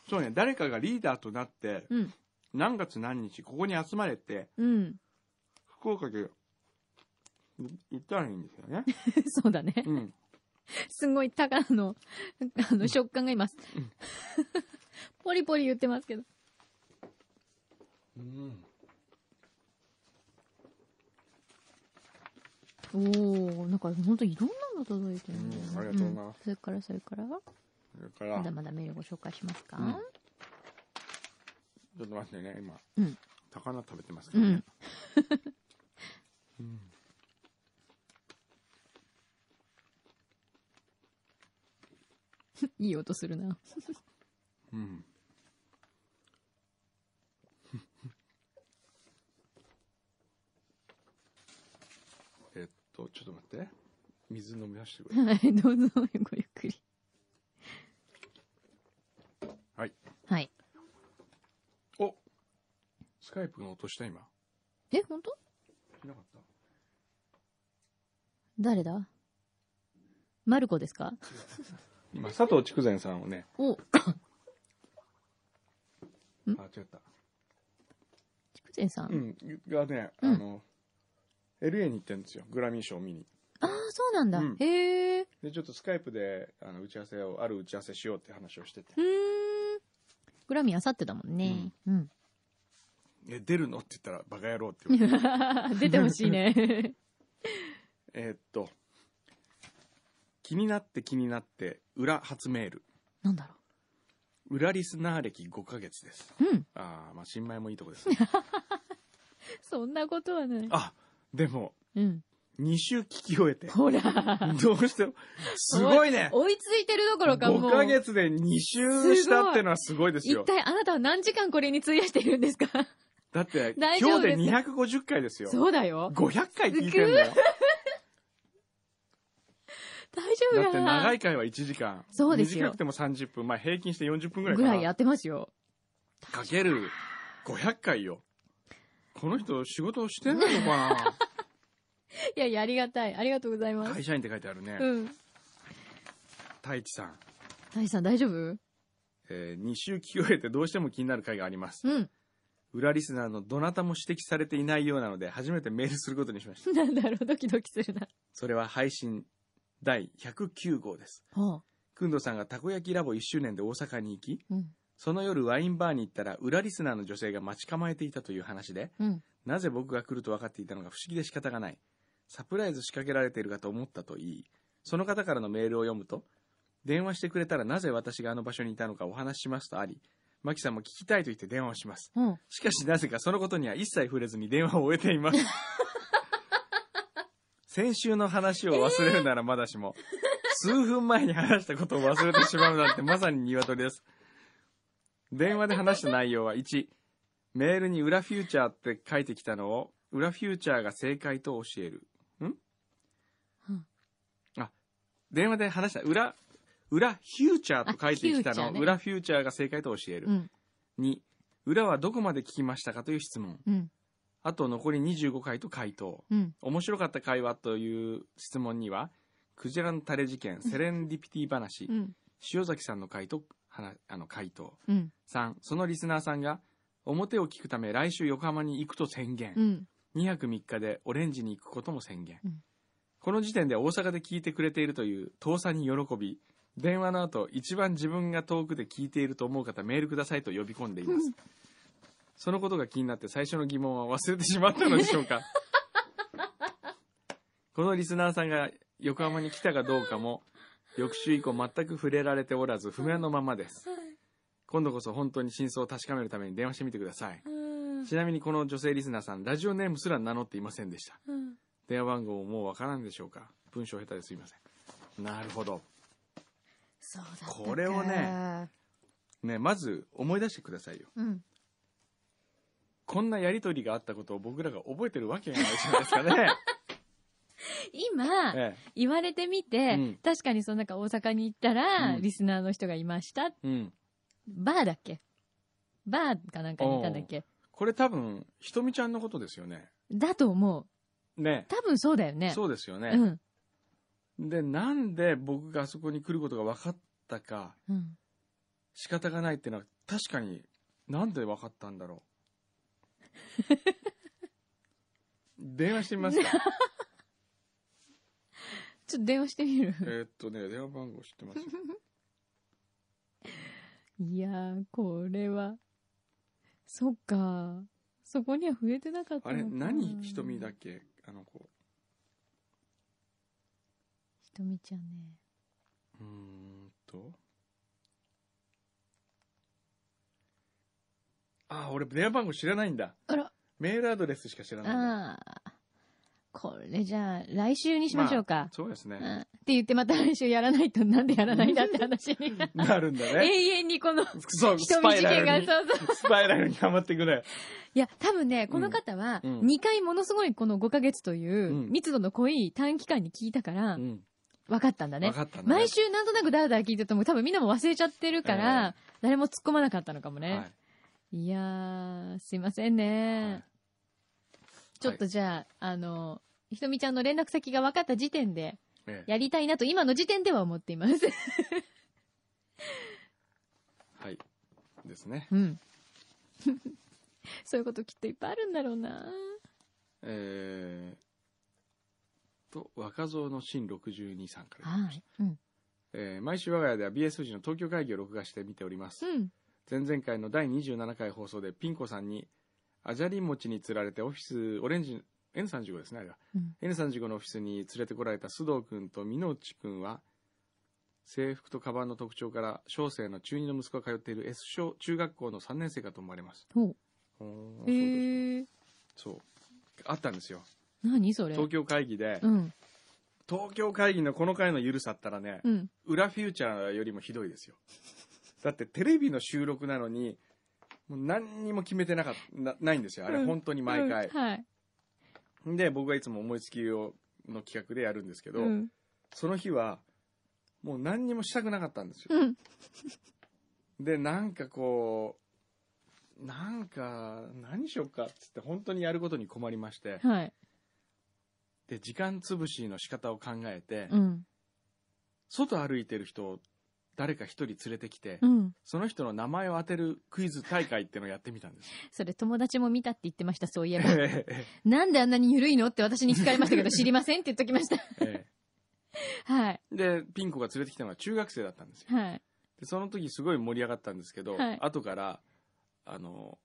Speaker 3: そうね誰かがリーダーとなって
Speaker 4: うん。
Speaker 3: 何月何日ここに集まれって
Speaker 4: うん。
Speaker 3: 福岡で言ったらいいんですよね。
Speaker 4: [laughs] そうだね。
Speaker 3: うん、
Speaker 4: すごい高菜の、あの、食感がいます
Speaker 3: うん。
Speaker 4: ポリポリ言ってますけど。
Speaker 3: うん、
Speaker 4: おー、なんかほんといろんなの届いてるね
Speaker 3: うんありがとうな
Speaker 4: うんそれからそれから、
Speaker 3: だか
Speaker 4: まだ
Speaker 3: ら
Speaker 4: まだメールご紹介しますか、
Speaker 3: うんょっと待ってね、今。
Speaker 4: うん
Speaker 3: 高菜食べてますか
Speaker 4: う
Speaker 3: らね。
Speaker 4: ん。
Speaker 3: うん
Speaker 4: いい音するな。
Speaker 3: うん。 [laughs] えっと、ちょっと待って。水飲み出してくれ。
Speaker 4: はい、どうぞ、ごゆっくり。
Speaker 3: はい。
Speaker 4: はい。
Speaker 3: おスカイプの音した今。
Speaker 4: え、本当
Speaker 3: しなかった
Speaker 4: 誰だマルコですか
Speaker 3: 今、佐藤筑前さんをね、
Speaker 4: お、ん
Speaker 3: あ、違った。
Speaker 4: 筑前さん。
Speaker 3: うん、がね、あ
Speaker 4: うん
Speaker 3: の、LA に行ってるんですよ。グラミー賞を見に。
Speaker 4: ああ、そうなんだ。
Speaker 3: うん
Speaker 4: へえ。
Speaker 3: で、ちょっとスカイプで、あの、打ち合わせを、ある打ち合わせしようって話を [laughs] してて
Speaker 4: う。ーん。グラミーあさってだもんね。うん。
Speaker 3: え、出るのって言ったら、バカ野郎って言われて。
Speaker 4: [laughs] 出てほしいね。
Speaker 3: えーっと、気になって気になって、裏初メール。
Speaker 4: [laughs] なんだろ
Speaker 3: 裏リスナー歴5ヶ月です。
Speaker 4: う。うん。
Speaker 3: ああ、まあ、新米もいいとこですね。
Speaker 4: [laughs] そんなことはない。
Speaker 3: あ、でも、
Speaker 4: うん。
Speaker 3: 2週聞き終えて。
Speaker 4: ほら。
Speaker 3: どうしても、すごいね
Speaker 4: 追いついてるどころかも
Speaker 3: 5
Speaker 4: う。
Speaker 3: ヶ月で2週したってのはすごいです
Speaker 4: 一
Speaker 3: よ。
Speaker 4: 体あなたは何時間これに費やしているんですか
Speaker 3: だって、
Speaker 4: 大丈
Speaker 3: 今
Speaker 4: 夫
Speaker 3: 日
Speaker 4: で
Speaker 3: です250回ですよ。
Speaker 4: そうだよ。
Speaker 3: 500回聞いてんだよ。だ
Speaker 4: 大丈夫
Speaker 3: っ
Speaker 4: か
Speaker 3: て
Speaker 4: な
Speaker 3: 長い回は1時間。
Speaker 4: そうですよ
Speaker 3: 短くても30分。まあ平均して40分ぐらい
Speaker 4: ぐ
Speaker 3: からな。
Speaker 4: いやってますよ。
Speaker 3: かける500回よ。この人仕事してんのかない
Speaker 4: やいや、ありがたい。ありがとうござい [laughs] ます。
Speaker 3: 会社員って書いてあるね。
Speaker 4: うん。
Speaker 3: 太一さん。
Speaker 4: 大地さん大丈夫
Speaker 3: え2週聞き終えてどうしても気になる回があります。
Speaker 4: うん。 [laughs]
Speaker 3: 裏リスナーのどなたも指摘されていないようなので、初めてメールすることにしました。
Speaker 4: なんだろう、ドキドキするな。
Speaker 3: それは配信第109号です。
Speaker 4: は
Speaker 3: くんどさんがたこ焼きラボ1周年で大阪に行き、
Speaker 4: あ、うん。
Speaker 3: その夜ワインバーに行ったら裏リスナーの女性が待ち構えていたという話で、
Speaker 4: うん。
Speaker 3: なぜ僕が来ると分かっていたのか不思議で仕方がない。サプライズ仕掛けられているかと思ったと言い、その方からのメールを読むと、電話してくれたらなぜ私があの場所にいたのかお話ししますとあり、マキさんも聞きたいと言って電話をします。
Speaker 4: うん。
Speaker 3: しかしなぜかそのことには一切触れずに電話を終えてい
Speaker 4: [laughs]
Speaker 3: ます。先週の話を忘れるならまだしも、数分前に話したことを忘れてしまうなんてまさに鶏です。電話で話した内容は1、メールに裏フューチャーって書いてきたのを、裏フューチャーが正解と教える。ん
Speaker 4: うん
Speaker 3: あ、電話で話した、裏、裏フューチャーと書いてきた
Speaker 4: あフューチャ
Speaker 3: の
Speaker 4: ー
Speaker 3: を、
Speaker 4: ね
Speaker 3: 裏フューチャーが正解と教える
Speaker 4: う。ん。
Speaker 3: 2裏はどこまで聞きましたかという質問
Speaker 4: うん。
Speaker 3: あと残り25回と回答
Speaker 4: うん。
Speaker 3: 面白かった会話という質問にはクジラのタレ事件セレンディピティ話
Speaker 4: うん。
Speaker 3: 塩崎さんの回と話あの回答
Speaker 4: うん。
Speaker 3: 3そのリスナーさんが表を聞くため来週横浜に行くと宣言、
Speaker 4: うん。
Speaker 3: 2泊3日でオレンジに行くことも宣言、
Speaker 4: うん
Speaker 3: この時点で大阪で聞いてくれているという倒産に喜び電話の後一番自分が遠くで聞いていると思う方メールくださいと呼び込んでいます、そのことが気になって最初の疑問は忘れてしまったのでしょう
Speaker 4: [laughs]
Speaker 3: かこのリスナーさんが横浜に来たかどうかも翌週以降全く触れられておらず不明のままです今度こそ本当に真相を確かめるために電話してみてください
Speaker 4: うん。
Speaker 3: ちなみにこの女性リスナーさん、ラジオネームすら名乗っていませんでした。電話番号ももうわからんでしょうか。文章下手ですいません。なるほど。
Speaker 4: そうだったか
Speaker 3: これをね。ね、まず思い出してくださいよ。
Speaker 4: うん。
Speaker 3: こんなやりとりがあったことを僕らが覚えてるわけがないじゃないですかね。
Speaker 4: 今、
Speaker 3: え
Speaker 4: 言われてみて、
Speaker 3: うん
Speaker 4: 確かにそのなんか大阪に行ったら、
Speaker 3: うん
Speaker 4: リスナーの人がいました。
Speaker 3: え。うん。
Speaker 4: バーだっけバーかなんかにいたんだっけ
Speaker 3: これ多分、ひとみちゃんのことですよね。
Speaker 4: だと思う。
Speaker 3: ね。
Speaker 4: 多分そうだよね。
Speaker 3: そうですよ
Speaker 4: う
Speaker 3: ね。
Speaker 4: ん。
Speaker 3: で、なんで僕があそこに来ることが分かったか、
Speaker 4: うん。
Speaker 3: 仕方がないっていうのは確かになんで分かったんだろう電話してみますか
Speaker 4: ちょっと電話してみる。
Speaker 3: え
Speaker 4: [laughs]
Speaker 3: ーっとね電話番号知ってますよ
Speaker 4: いやー、これは。そっか。そこには触れてなかった
Speaker 3: あ
Speaker 4: の
Speaker 3: れ
Speaker 4: か
Speaker 3: 何瞳だっけあの子
Speaker 4: ひとみちゃんね。
Speaker 3: うーんとあ、俺電話番号知らないんだ。
Speaker 4: あら、
Speaker 3: メールアドレスしか知らないんだ。
Speaker 4: ああ。これじゃあ、来週にしましょうか。
Speaker 3: そうです
Speaker 4: うん
Speaker 3: ね。
Speaker 4: って言ってまた来週やらないとなんでやらないんだって話に
Speaker 3: なるんだね。
Speaker 4: [laughs] 永遠にこの
Speaker 3: そう、
Speaker 4: 人
Speaker 3: ス
Speaker 4: 見
Speaker 3: パ
Speaker 4: 事
Speaker 3: イラ
Speaker 4: 件が、
Speaker 3: ル
Speaker 4: そう
Speaker 3: に、
Speaker 4: そう。
Speaker 3: スパイラルにはまってく
Speaker 4: [laughs]
Speaker 3: れ。
Speaker 4: いや、多分ね、この方は、
Speaker 3: うん
Speaker 4: 2回ものすごいこの5ヶ月という
Speaker 3: うん
Speaker 4: 密度の濃い短期間に聞いたから
Speaker 3: う、ん。
Speaker 4: 分かったんだね
Speaker 3: 分。かったね。
Speaker 4: 毎週なんとなくダラダラ聞いてても多分みんなも忘れちゃってるから、
Speaker 3: え
Speaker 4: 誰も突っ込まなかったのかも
Speaker 3: は
Speaker 4: ね。
Speaker 3: い、
Speaker 4: い、やー、すいませんね。
Speaker 3: はい
Speaker 4: ちょっとじゃあ、あの、ひとみちゃんの連絡先が分かった時点で、
Speaker 3: ええ
Speaker 4: やりたいなと今の時点では思って
Speaker 3: [laughs]
Speaker 4: います。
Speaker 3: はい。ですね。
Speaker 4: うん。 [laughs] そういうこときっといっぱいあるんだろうな。
Speaker 3: えー、と、若造の新62さんから。
Speaker 4: はい。うん。
Speaker 3: えー毎週我が家では BS 富士の東京会議を録画して見ております。
Speaker 4: うん。
Speaker 3: 前々回の第27回放送でピン子さんに、あじゃり餅につられてオフィス、オレンジ、N35 ですね、あれは。
Speaker 4: うん
Speaker 3: N35 のオフィスに連れてこられた須藤君と美濃内君は、制服とカバンの特徴から、小生の中二の息子が通っている S 小中学校の3年生かと思われます。
Speaker 4: ほ
Speaker 3: おー
Speaker 4: う。へえー。
Speaker 3: そうですかそう。あったんですよ。
Speaker 4: 何それ
Speaker 3: 東京会議で、
Speaker 4: うん。
Speaker 3: 東京会議のこの回の緩さったらね、
Speaker 4: うん。
Speaker 3: 裏フューチャーよりもひどいですよ。だってテレビの収録なのに、もう何にも決めてなかっなないんですよ。あ
Speaker 4: う
Speaker 3: れ、
Speaker 4: ん
Speaker 3: 本当に毎回
Speaker 4: うん。はい。
Speaker 3: で、僕がいつも思いつきをの企画でやるんですけど、
Speaker 4: うん。
Speaker 3: その日は、もう何にもしたくなかったんですよ。
Speaker 4: うん。
Speaker 3: [laughs] で、なんかこう、なんか、何しよっかってって、本当にやることに困りまして、
Speaker 4: はい。
Speaker 3: で、時間潰しの仕方を考えて、
Speaker 4: うん。
Speaker 3: 外歩いてる人を誰か一人連れてきて、
Speaker 4: うん。
Speaker 3: その人の名前を当てるクイズ大会っていうのをやってみたんです。
Speaker 4: それ友達も見たって言ってました、そ
Speaker 3: [laughs]
Speaker 4: う [laughs] いえば。
Speaker 3: ええ
Speaker 4: なんであんなに緩いのって私に聞かれましたけど、知りませんって言っと
Speaker 3: [laughs]
Speaker 4: きました。
Speaker 3: え
Speaker 4: はい。
Speaker 3: えで、ピン子が連れてきたのは中学生だったんですよ。
Speaker 4: はい。
Speaker 3: でその時すごい盛り上がったんですけど、
Speaker 4: はい
Speaker 3: 後から、あの、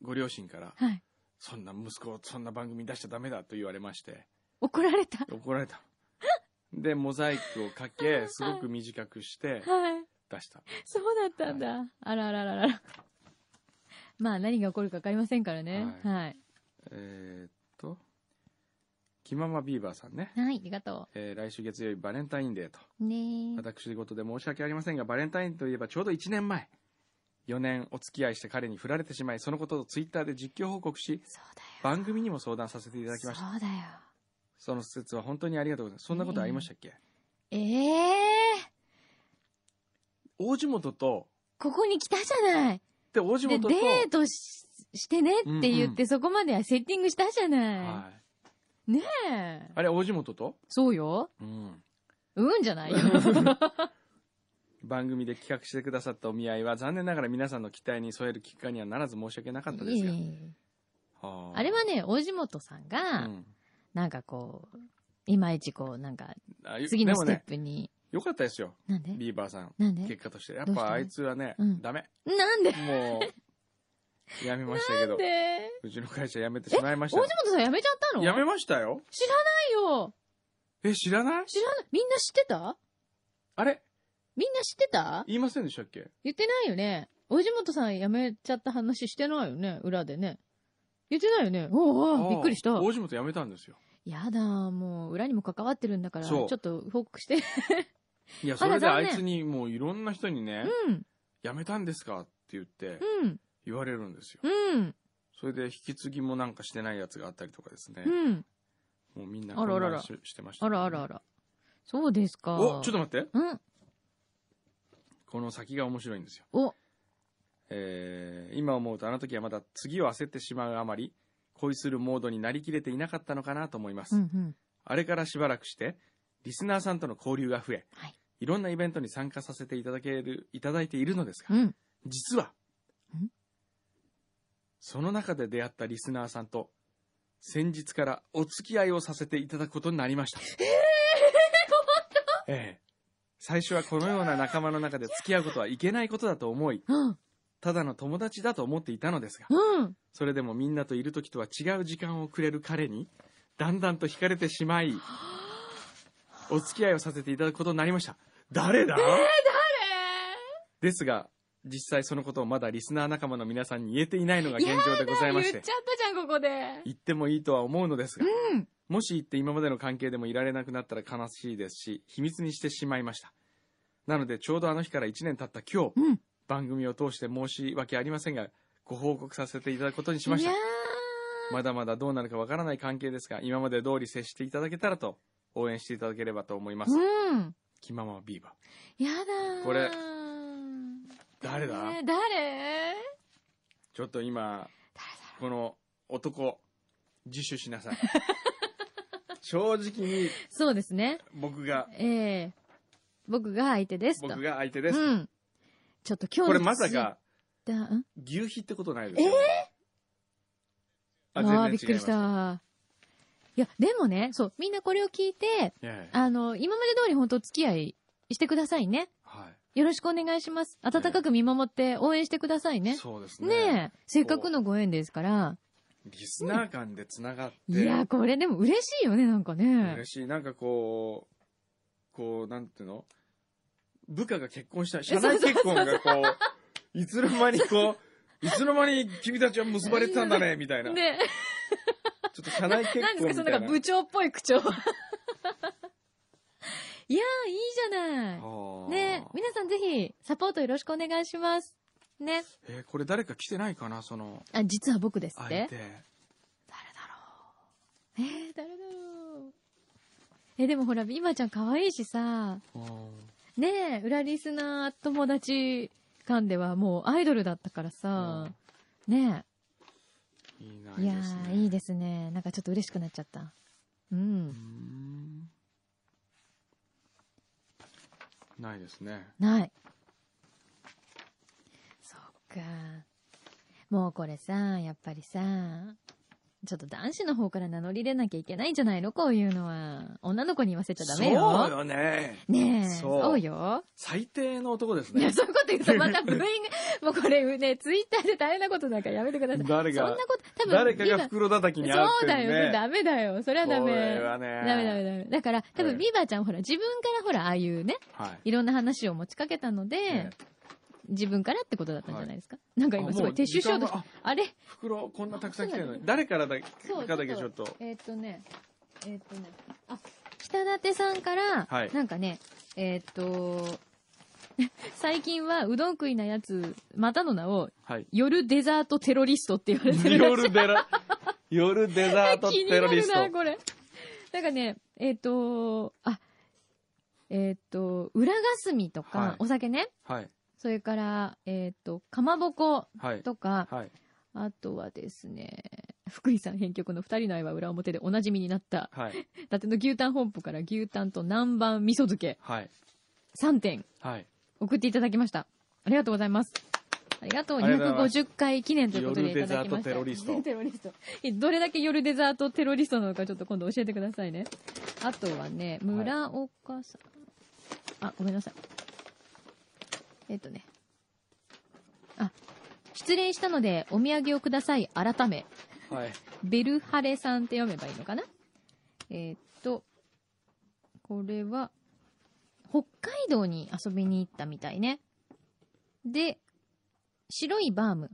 Speaker 3: ご両親から、
Speaker 4: はい。
Speaker 3: そんな息子をそんな番組に出しちゃダメだと言われまして、
Speaker 4: 怒られた。
Speaker 3: 怒られた。で、モザイクをかけ、すごく短くして
Speaker 4: はい。
Speaker 3: 出した。
Speaker 4: そうだったんだ。あらあらあらあら。まあ何が起こるかわかりませんからね。はい。
Speaker 3: えーっと、気ままビーバーさんね。
Speaker 4: はい、ありがと
Speaker 3: えー来週月曜日バレンタインデーと。
Speaker 4: う。ねえ。
Speaker 3: 私事で申し訳ありませんが、バレンタインといえばちょうど1年前、4年お付き合いした彼に振られてしまい、そのことをツイッターで実況報告し、
Speaker 4: そうだよ。
Speaker 3: 番組にも相談させていただきました。
Speaker 4: そうだよ。
Speaker 3: その説は本当にありがとうございます。そんなことありましたっけ、
Speaker 4: ええ
Speaker 3: 大地元と、
Speaker 4: ここに来たじゃない。
Speaker 3: で、大地
Speaker 4: で、
Speaker 3: 元
Speaker 4: デ
Speaker 3: と、
Speaker 4: ートししてねって言っ
Speaker 3: うんう
Speaker 4: て、そこまではセッティングしたじゃな
Speaker 3: はい。
Speaker 4: い。ねえ。
Speaker 3: あれ、大地元と、
Speaker 4: そうよ。
Speaker 3: うん、
Speaker 4: うんじ
Speaker 3: [laughs]
Speaker 4: ゃないよ。
Speaker 3: 番組で企画してくださったお見合いは、残念ながら皆さんの期待に添える結果にはならず申し訳なかったです
Speaker 4: いえ
Speaker 3: が
Speaker 4: いえ。いえ
Speaker 3: あー
Speaker 4: あれはね、大地元さんが、
Speaker 3: うん
Speaker 4: なんかこう、いまいちこう、なんか、
Speaker 3: あよ
Speaker 4: 次のス
Speaker 3: でも
Speaker 4: テッ
Speaker 3: ね、
Speaker 4: プに、
Speaker 3: よかったですよ、
Speaker 4: なんで
Speaker 3: ビーバーさん。
Speaker 4: なんで
Speaker 3: 結果として。や
Speaker 4: ど
Speaker 3: っ
Speaker 4: うした
Speaker 3: ぱあいつはね、
Speaker 4: うん
Speaker 3: ダメ。
Speaker 4: なんで
Speaker 3: もう、やめましたけど。
Speaker 4: で
Speaker 3: うちの会社辞めてしまいまし
Speaker 4: 大地
Speaker 3: た
Speaker 4: 元。さん辞めちゃったの
Speaker 3: 辞めましたよ。
Speaker 4: ないよ
Speaker 3: え、知らない
Speaker 4: 知らないみんな知ってた
Speaker 3: あれ
Speaker 4: みんな知ってた
Speaker 3: 言いませんでしたっけ
Speaker 4: 言ってないよね。大地元さん辞めちゃった話してないよね裏でね。言ってないよね。おうおう
Speaker 3: ああ
Speaker 4: びっくりした。
Speaker 3: 大地元辞めたんですよ。
Speaker 4: やだ、もう、裏にも関わってるんだから、ち
Speaker 3: そう
Speaker 4: ょっと報告して。
Speaker 3: いや、
Speaker 4: あ
Speaker 3: そ
Speaker 4: ら
Speaker 3: れであ
Speaker 4: 残
Speaker 3: い
Speaker 4: 念
Speaker 3: つにもういろんな人にね、
Speaker 4: うん、
Speaker 3: 辞めたんですかって言って
Speaker 4: うん、
Speaker 3: 言われるんですよ。
Speaker 4: うん、
Speaker 3: それで引き継ぎもなんかしてないやつがあったりとかですね。
Speaker 4: うん。
Speaker 3: もうみんな
Speaker 4: あらあらあら
Speaker 3: 混乱ししてました
Speaker 4: あ
Speaker 3: ね、
Speaker 4: らあらあら。そうですか。
Speaker 3: お、ちょっと待って。
Speaker 4: と。うん、
Speaker 3: この先が面白いんですよ。
Speaker 4: お、
Speaker 3: えー今思うとあの時はまだ次を焦ってしまうあまり、恋するモードになりきれていなかったのかなと思います。
Speaker 4: うん、うん。
Speaker 3: あれからしばらくして、リスナーさんとの交流が増え、
Speaker 4: はい
Speaker 3: い、ろんなイベントに参加させていただける、いただいているのですが、
Speaker 4: うん。
Speaker 3: 実は
Speaker 4: ん、
Speaker 3: その中で出会ったリスナーさんと、先日からお付き合いをさせていただくことになりました。ええ最初はこのような仲間の中で付き合うことはいけないことだと思い、
Speaker 4: うん、
Speaker 3: ただの友達だと思っていたのですが、
Speaker 4: うん。
Speaker 3: それでもみんなといる時とは違う時間をくれる彼に、だんだんと惹かれてしまい、お付き合いをさせていただくことになりました。誰だ
Speaker 4: えー
Speaker 3: ですが、実際そのことをまだリスナー仲間の皆さんに言えていないのが現状でございま
Speaker 4: 言っ
Speaker 3: し
Speaker 4: ち
Speaker 3: て
Speaker 4: ゃった、じゃん、ここで。
Speaker 3: 言ってもいいとは思うのですが、
Speaker 4: うん。
Speaker 3: もし言って今までの関係でもいられなくなったら悲しいですし、秘密にしてしまいました。なので、ちょうどあの日から1年経った今日、
Speaker 4: うん
Speaker 3: 番組を通して申し訳ありませんが、ご報告させていただくことにしまし
Speaker 4: い
Speaker 3: た
Speaker 4: や。
Speaker 3: まだまだどうなるかわからない関係ですが、今まで通り接していただけたらと、応援していただければと思いま
Speaker 4: ー
Speaker 3: す。
Speaker 4: うん。
Speaker 3: 気ままはビーバー。
Speaker 4: やだー。
Speaker 3: これ誰だ
Speaker 4: ねえ誰
Speaker 3: ちょっと今、この男、自首しな
Speaker 4: [laughs]
Speaker 3: さい。正直に
Speaker 4: そうですね。
Speaker 3: 僕が、
Speaker 4: ええ僕が相手ですと。
Speaker 3: 僕が相手です。
Speaker 4: うん。ちょっと今日の
Speaker 3: これまさか、
Speaker 4: ツイッターん
Speaker 3: 牛皮ってことないですよ。
Speaker 4: ああーびっくりし。た。いや、でもね、そう、みんなこれを聞いて、
Speaker 3: いやいや
Speaker 4: あの、今まで通り本当お付き合いしてくださいね。
Speaker 3: はい
Speaker 4: よろしくお願いします。温かく見守って応援してくださいね。
Speaker 3: そうですね。
Speaker 4: ねえ、せっかくのご縁ですから。
Speaker 3: リスナー間でつながって、
Speaker 4: いや、これでも嬉しいよね、なんかね
Speaker 3: 嬉。しい。なんかこう、こう、なんていうの部下が結婚した、社内結婚がこう、いつの間にこう、いつの間に君たちは結ばれてたんだね、みたいな。ちょ
Speaker 4: で、
Speaker 3: っと社内結
Speaker 4: な
Speaker 3: 婚
Speaker 4: んですか、
Speaker 3: みた
Speaker 4: そのないん
Speaker 3: な
Speaker 4: か。部長っぽい口調。いや [laughs] ー、いいじゃない。
Speaker 3: あー
Speaker 4: ね、皆さんぜひ、サポートよろしくお願いします。ね。
Speaker 3: えーこれ誰か来てないかな、その、
Speaker 4: あ、実は僕ですっ
Speaker 3: 相
Speaker 4: て。
Speaker 3: 手
Speaker 4: 誰だ。ろう。えー、誰だろう。え、でもほら、今ちゃん可愛いしさ、
Speaker 3: あー
Speaker 4: ねえ、裏リスナー友達間ではもうアイドルだったからさ、ね
Speaker 3: いいな、
Speaker 4: え。いや
Speaker 3: です
Speaker 4: ー、
Speaker 3: ね
Speaker 4: いいですね。なんかちょっと嬉しくなっちゃった。
Speaker 3: うー
Speaker 4: うん。
Speaker 3: んないですね。
Speaker 4: ない。そっか。もうこれさ、やっぱりさ、ちょっと男子の方から名乗り出なきゃいけないんじゃないのこういうのは。女の子に言わせちゃダメよ。
Speaker 3: そうよね。
Speaker 4: ねえ、
Speaker 3: そう
Speaker 4: そうよ。
Speaker 3: 最低の男です
Speaker 4: いや、
Speaker 3: ね。
Speaker 4: そういうこと言うとまたブーイング、 [laughs] もうこれね、ツイッターで大変なことなんかやめてください。
Speaker 3: 誰が
Speaker 4: そんなこと、多分、
Speaker 3: 誰かが
Speaker 4: ビバ
Speaker 3: 袋叩きに合
Speaker 4: そうだよね。
Speaker 3: ね。
Speaker 4: ダメだよ。それはダメ。
Speaker 3: これはね
Speaker 4: ダメダメダメ。だから、多
Speaker 3: ええ
Speaker 4: 分、ビバちゃんほら、自分からほら、ああいうね、
Speaker 3: はい。
Speaker 4: いろんな話を持ちかけたので、
Speaker 3: ね
Speaker 4: 自分からってことだったんじゃないですか、なんか今すごい
Speaker 3: あもう
Speaker 4: 撤収しようと
Speaker 3: 時
Speaker 4: し
Speaker 3: 間があ
Speaker 4: あれ
Speaker 3: 袋こんなたくさん来てるの
Speaker 4: あそ
Speaker 3: に
Speaker 4: うだね
Speaker 3: 誰からだ
Speaker 4: そう
Speaker 3: かだけちょっと
Speaker 4: えーっ、とね、えーっ、とね、あ、北舘さんから、
Speaker 3: はい
Speaker 4: なんかね、えーっ、と、 [laughs] 最近はうどん食いなやつ、またの名を、 [laughs]
Speaker 3: はい
Speaker 4: 夜デザートテロリストって言われてるらしい。
Speaker 3: 夜デラ夜デザート
Speaker 4: [laughs] 気に
Speaker 3: テロ
Speaker 4: な
Speaker 3: リ
Speaker 4: る
Speaker 3: ス
Speaker 4: な、
Speaker 3: ト
Speaker 4: これ。なんかね、えーっ、と、あ、えーっ、と、裏霞とか、
Speaker 3: はい
Speaker 4: お酒ね、
Speaker 3: はい
Speaker 4: それから、えーっ、と、かまぼこ
Speaker 3: はい
Speaker 4: とか、
Speaker 3: はい
Speaker 4: あとはですね、福井さん編曲の二人の愛は裏表でおなじみになった、
Speaker 3: はい
Speaker 4: 伊達の牛タン本舗から牛タンと南蛮味噌漬け
Speaker 3: はい
Speaker 4: 3点
Speaker 3: はい
Speaker 4: 送っていただきました。ありがとうございます。ありがと
Speaker 3: あ
Speaker 4: う。
Speaker 3: りがとうございます
Speaker 4: 250回記念ということでいただきました。
Speaker 3: 夜デザートテロリスト
Speaker 4: [laughs] テロリスト。えどれだけ夜デザートテロリストなのかちょっと今度教えてくださいね。あとはね、村岡さん。あ、ごめんなさい。えっとね。あ、失礼したのでお土産をください。改め。
Speaker 3: はい
Speaker 4: ベルハレさんって読めばいいのかなえーっと、これは、北海道に遊びに行ったみたいね。で、白いバーム、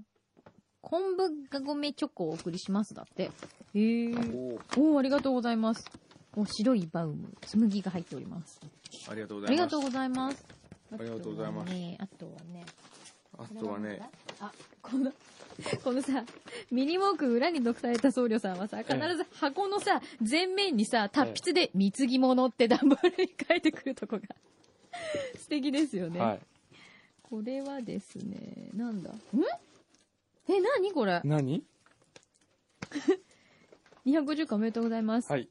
Speaker 4: 昆布がごめチョコをお送りしますだって。へー。
Speaker 3: おー
Speaker 4: おー、ありがとうございます。お、白いバウム、紬が入っております。
Speaker 3: ありがとうご
Speaker 4: あ
Speaker 3: ざ
Speaker 4: り
Speaker 3: い
Speaker 4: が
Speaker 3: ます
Speaker 4: とうございます。
Speaker 3: ありがとうございます
Speaker 4: あとはね、
Speaker 3: あとはね
Speaker 4: あ、この、このさ、ミニモーク裏に毒された僧侶さんはさ、必ず箱のさ、前面にさ、達筆で貢ぎ物って段ボールに書いてくるとこが、 [laughs] 素敵ですよね。
Speaker 3: はい
Speaker 4: これはですね、なんだ。んえ、なにこれ
Speaker 3: 何
Speaker 4: ?250 回おめでとうございます。
Speaker 3: はい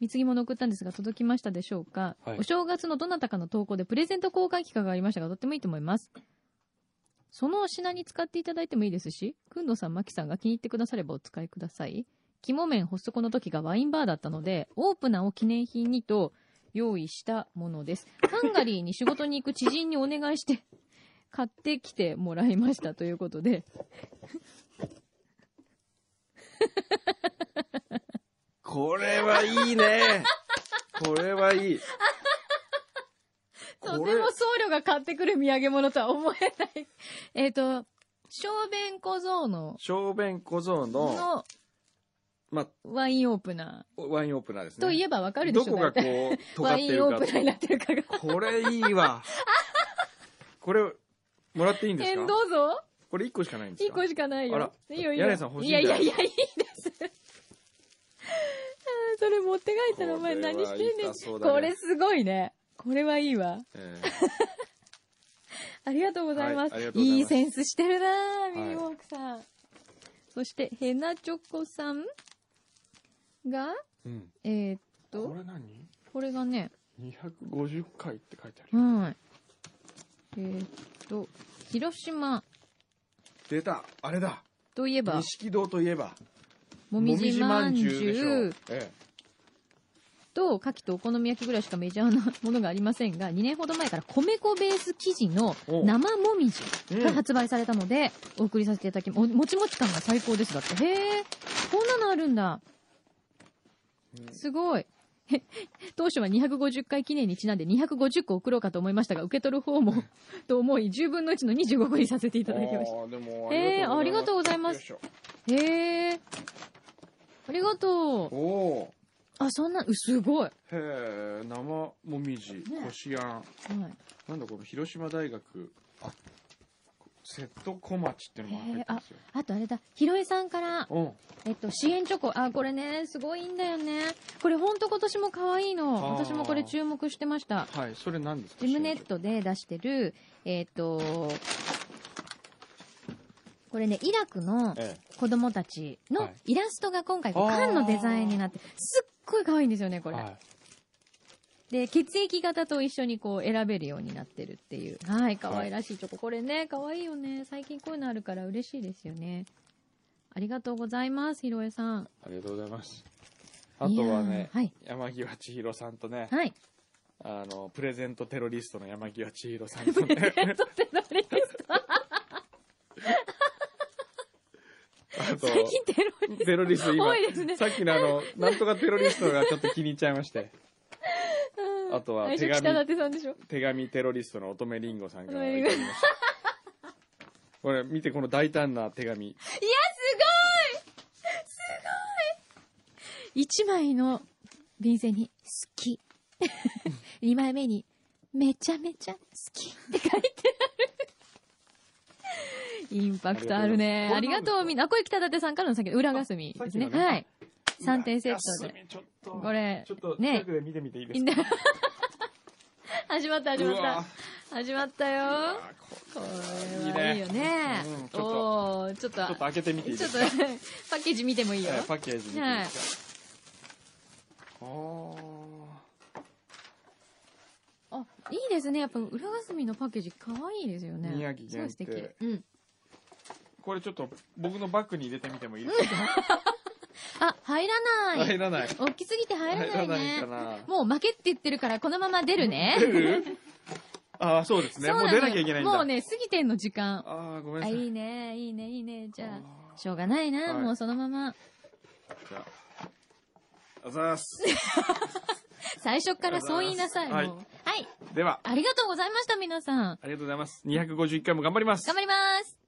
Speaker 4: 貢ぎ物送ったんですが、届きましたでしょうか、
Speaker 3: はい
Speaker 4: お正月のどなたかの投稿でプレゼント交換企画がありましたが、とってもいいと思います。そのお品に使っていただいてもいいですし、くんどさん、まきさんが気に入ってくださればお使いください。肝麺発足の時がワインバーだったので、オープナーを記念品にと用意したものです。ハンガリーに仕事に行く知人にお願いして、買ってきてもらいましたということで。
Speaker 3: これはいいねこれはいい
Speaker 4: [laughs] そとても僧侶が買ってくる土産物とは思えない。 [laughs] えっと、小便小僧の、
Speaker 3: 小便小僧の、
Speaker 4: の
Speaker 3: まあ、
Speaker 4: ワインオープナ
Speaker 3: ワインオープナーです
Speaker 4: ー
Speaker 3: ね。
Speaker 4: といえばわかるで
Speaker 3: ど
Speaker 4: しょ
Speaker 3: こがこ
Speaker 4: 大体
Speaker 3: う、尖っ
Speaker 4: ワ
Speaker 3: て
Speaker 4: イン
Speaker 3: る
Speaker 4: オ
Speaker 3: か
Speaker 4: ープナーになってるかが。
Speaker 3: これいいわ。これ、もらっていいんです
Speaker 4: え
Speaker 3: か
Speaker 4: んどうぞ。
Speaker 3: これ1個しかないんです
Speaker 4: 一
Speaker 3: か
Speaker 4: 個しかないよ。
Speaker 3: あら
Speaker 4: いいよいい
Speaker 3: 柳
Speaker 4: よ。
Speaker 3: 井さん欲しい
Speaker 4: い
Speaker 3: んだ
Speaker 4: や
Speaker 3: よ
Speaker 4: いやいや、いいです。 [laughs] あーそれ持って帰ったらお前
Speaker 3: これは
Speaker 4: 何してんねん
Speaker 3: 痛そうだね
Speaker 4: これすごいね。これはいいわ。
Speaker 3: え
Speaker 4: ありがとうございます。
Speaker 3: はいありがとうございます
Speaker 4: いいセンスしてるなぁ、ミニ
Speaker 3: はい
Speaker 4: モークさん。そして、ヘナチョコさんが、
Speaker 3: えうん
Speaker 4: えーっ、
Speaker 3: ことれ何
Speaker 4: これがね、
Speaker 3: ?250 回って書いてある。
Speaker 4: はい。えーっと、広島
Speaker 3: 出たあれだ
Speaker 4: といえば、
Speaker 3: 錦堂といえば、
Speaker 4: もみじまんじゅう、
Speaker 3: え
Speaker 4: と、牡蠣とお好み焼きぐらいしかメジャーなものがありませんが、2年ほど前から米粉ベース生地の
Speaker 3: お
Speaker 4: 生もみじ
Speaker 3: え。
Speaker 4: が発売されたので、お送りさせていただき、おもちもち感が最高です。だって。へえ、こんなのあるんだ。 [laughs] すごい。当初は250回記念にちなんで250個送ろうかと思いましたが、受け取る方も、と思い、10分の1の25個にさせていただきました。
Speaker 3: あーでも
Speaker 4: えーありがとうございます
Speaker 3: よいしょ
Speaker 4: へえ。ありがとう。
Speaker 3: おお
Speaker 4: あ、そんな、うすごい。は
Speaker 3: ーへえ生もみじ
Speaker 4: ね
Speaker 3: こしあん
Speaker 4: い。
Speaker 3: なんだこの広島大学瀬戸小町ってのも入ってますよ
Speaker 4: あとあれだ、ひろえさんから、
Speaker 3: うん
Speaker 4: えっと、支援チョコ。あ、これね、すごいんだよね。これほんと今年も可愛いの。
Speaker 3: あー
Speaker 4: 私もこれ注目してました。
Speaker 3: はいそれ何ですか
Speaker 4: ジムネットで出してる、えっと、これね、イラクの
Speaker 3: え
Speaker 4: 子供たち
Speaker 3: は
Speaker 4: の
Speaker 3: い
Speaker 4: イラストが今回、缶のデザインになって、すっごい可愛いんですよね、こ
Speaker 3: え
Speaker 4: れ。
Speaker 3: はい
Speaker 4: で、血液型と一緒にこう選べるようになってるっていう。はい、可愛らしいチョコ。これね、可愛いよね。最近こういうのあるから嬉しいですよね。ありがとうございます、ひろえさん。
Speaker 3: ありがとうございますあとはい
Speaker 4: や
Speaker 3: ね
Speaker 4: ーはい。
Speaker 3: 山際千尋さんとね
Speaker 4: はい。 [laughs]
Speaker 3: あのプレゼントテロリストの山際千尋さ
Speaker 4: [laughs]
Speaker 3: んとね
Speaker 4: とってどれですか
Speaker 3: あと
Speaker 4: 最近テロ [laughs] リ
Speaker 3: テロリスト今
Speaker 4: 多いですね
Speaker 3: さっきのあのなんとかテロリストがちょっと気に入っちゃいましてあとは
Speaker 4: 最
Speaker 3: 手
Speaker 4: 初
Speaker 3: 紙
Speaker 4: 北舘さんでしょ
Speaker 3: 手紙テロリストの乙女りんごさんからいただきました。これ見てこの大胆な手紙。
Speaker 4: いや、すごいすごい一枚の便箋に、好
Speaker 3: [laughs]
Speaker 4: き。二枚目に、めちゃめちゃ好きって書いてある。インパクトあるね。あ
Speaker 3: あり
Speaker 4: りが
Speaker 3: が
Speaker 4: と
Speaker 3: と
Speaker 4: う、
Speaker 3: うございます
Speaker 4: みんな。あこれ北舘さんからの先の裏霞ですね。
Speaker 3: あさっきのね
Speaker 4: はい。3点セット
Speaker 3: 休
Speaker 4: で。
Speaker 3: みちょっと
Speaker 4: これ
Speaker 3: [laughs] ちょっと
Speaker 4: ね
Speaker 3: 近くで見てみていいで
Speaker 4: み
Speaker 3: す
Speaker 4: ん
Speaker 3: か。
Speaker 4: な始まった、始ま
Speaker 3: う
Speaker 4: っ
Speaker 3: わ
Speaker 4: た。始まったよ。これはいいよね
Speaker 3: うん。ちょっと
Speaker 4: おー、ちょっ
Speaker 3: ちょっと開けてみていい
Speaker 4: ち
Speaker 3: で
Speaker 4: ょっ
Speaker 3: す
Speaker 4: と [laughs]
Speaker 3: か。、
Speaker 4: パッケージ見てもいいよ。
Speaker 3: えーパッケージ見ていいですか。お
Speaker 4: あ、いいですね。やっぱ、裏霞のパッケージ、可愛いですよね。
Speaker 3: 宮城限定
Speaker 4: すごい素敵。うん。
Speaker 3: これちょっと僕のバッグに入れてみてもいいですか。
Speaker 4: あ、入らない。
Speaker 3: 入らない。
Speaker 4: 大きすぎて入らないね
Speaker 3: 入らないか。な
Speaker 4: もう負けって言ってるから、このまま出
Speaker 3: [laughs]
Speaker 4: るね。
Speaker 3: 出る？ああそうですね。
Speaker 4: そ
Speaker 3: もう
Speaker 4: なの
Speaker 3: 出
Speaker 4: よ
Speaker 3: なきゃいけないんだ。
Speaker 4: もう。ね、過ぎてんの時間。
Speaker 3: ああごめんな
Speaker 4: あ、
Speaker 3: さい。
Speaker 4: いいね、いいね、いいね。じゃ
Speaker 3: あ
Speaker 4: あ、しょうがないな。
Speaker 3: はい
Speaker 4: もうそのまま。
Speaker 3: じゃああざーす。
Speaker 4: 最初からそう言いなさい。もう
Speaker 3: は
Speaker 4: はいい。
Speaker 3: では
Speaker 4: ありがとうございました、皆さん。
Speaker 3: ありがとうございます。251回も頑張ります。
Speaker 4: 頑張ります。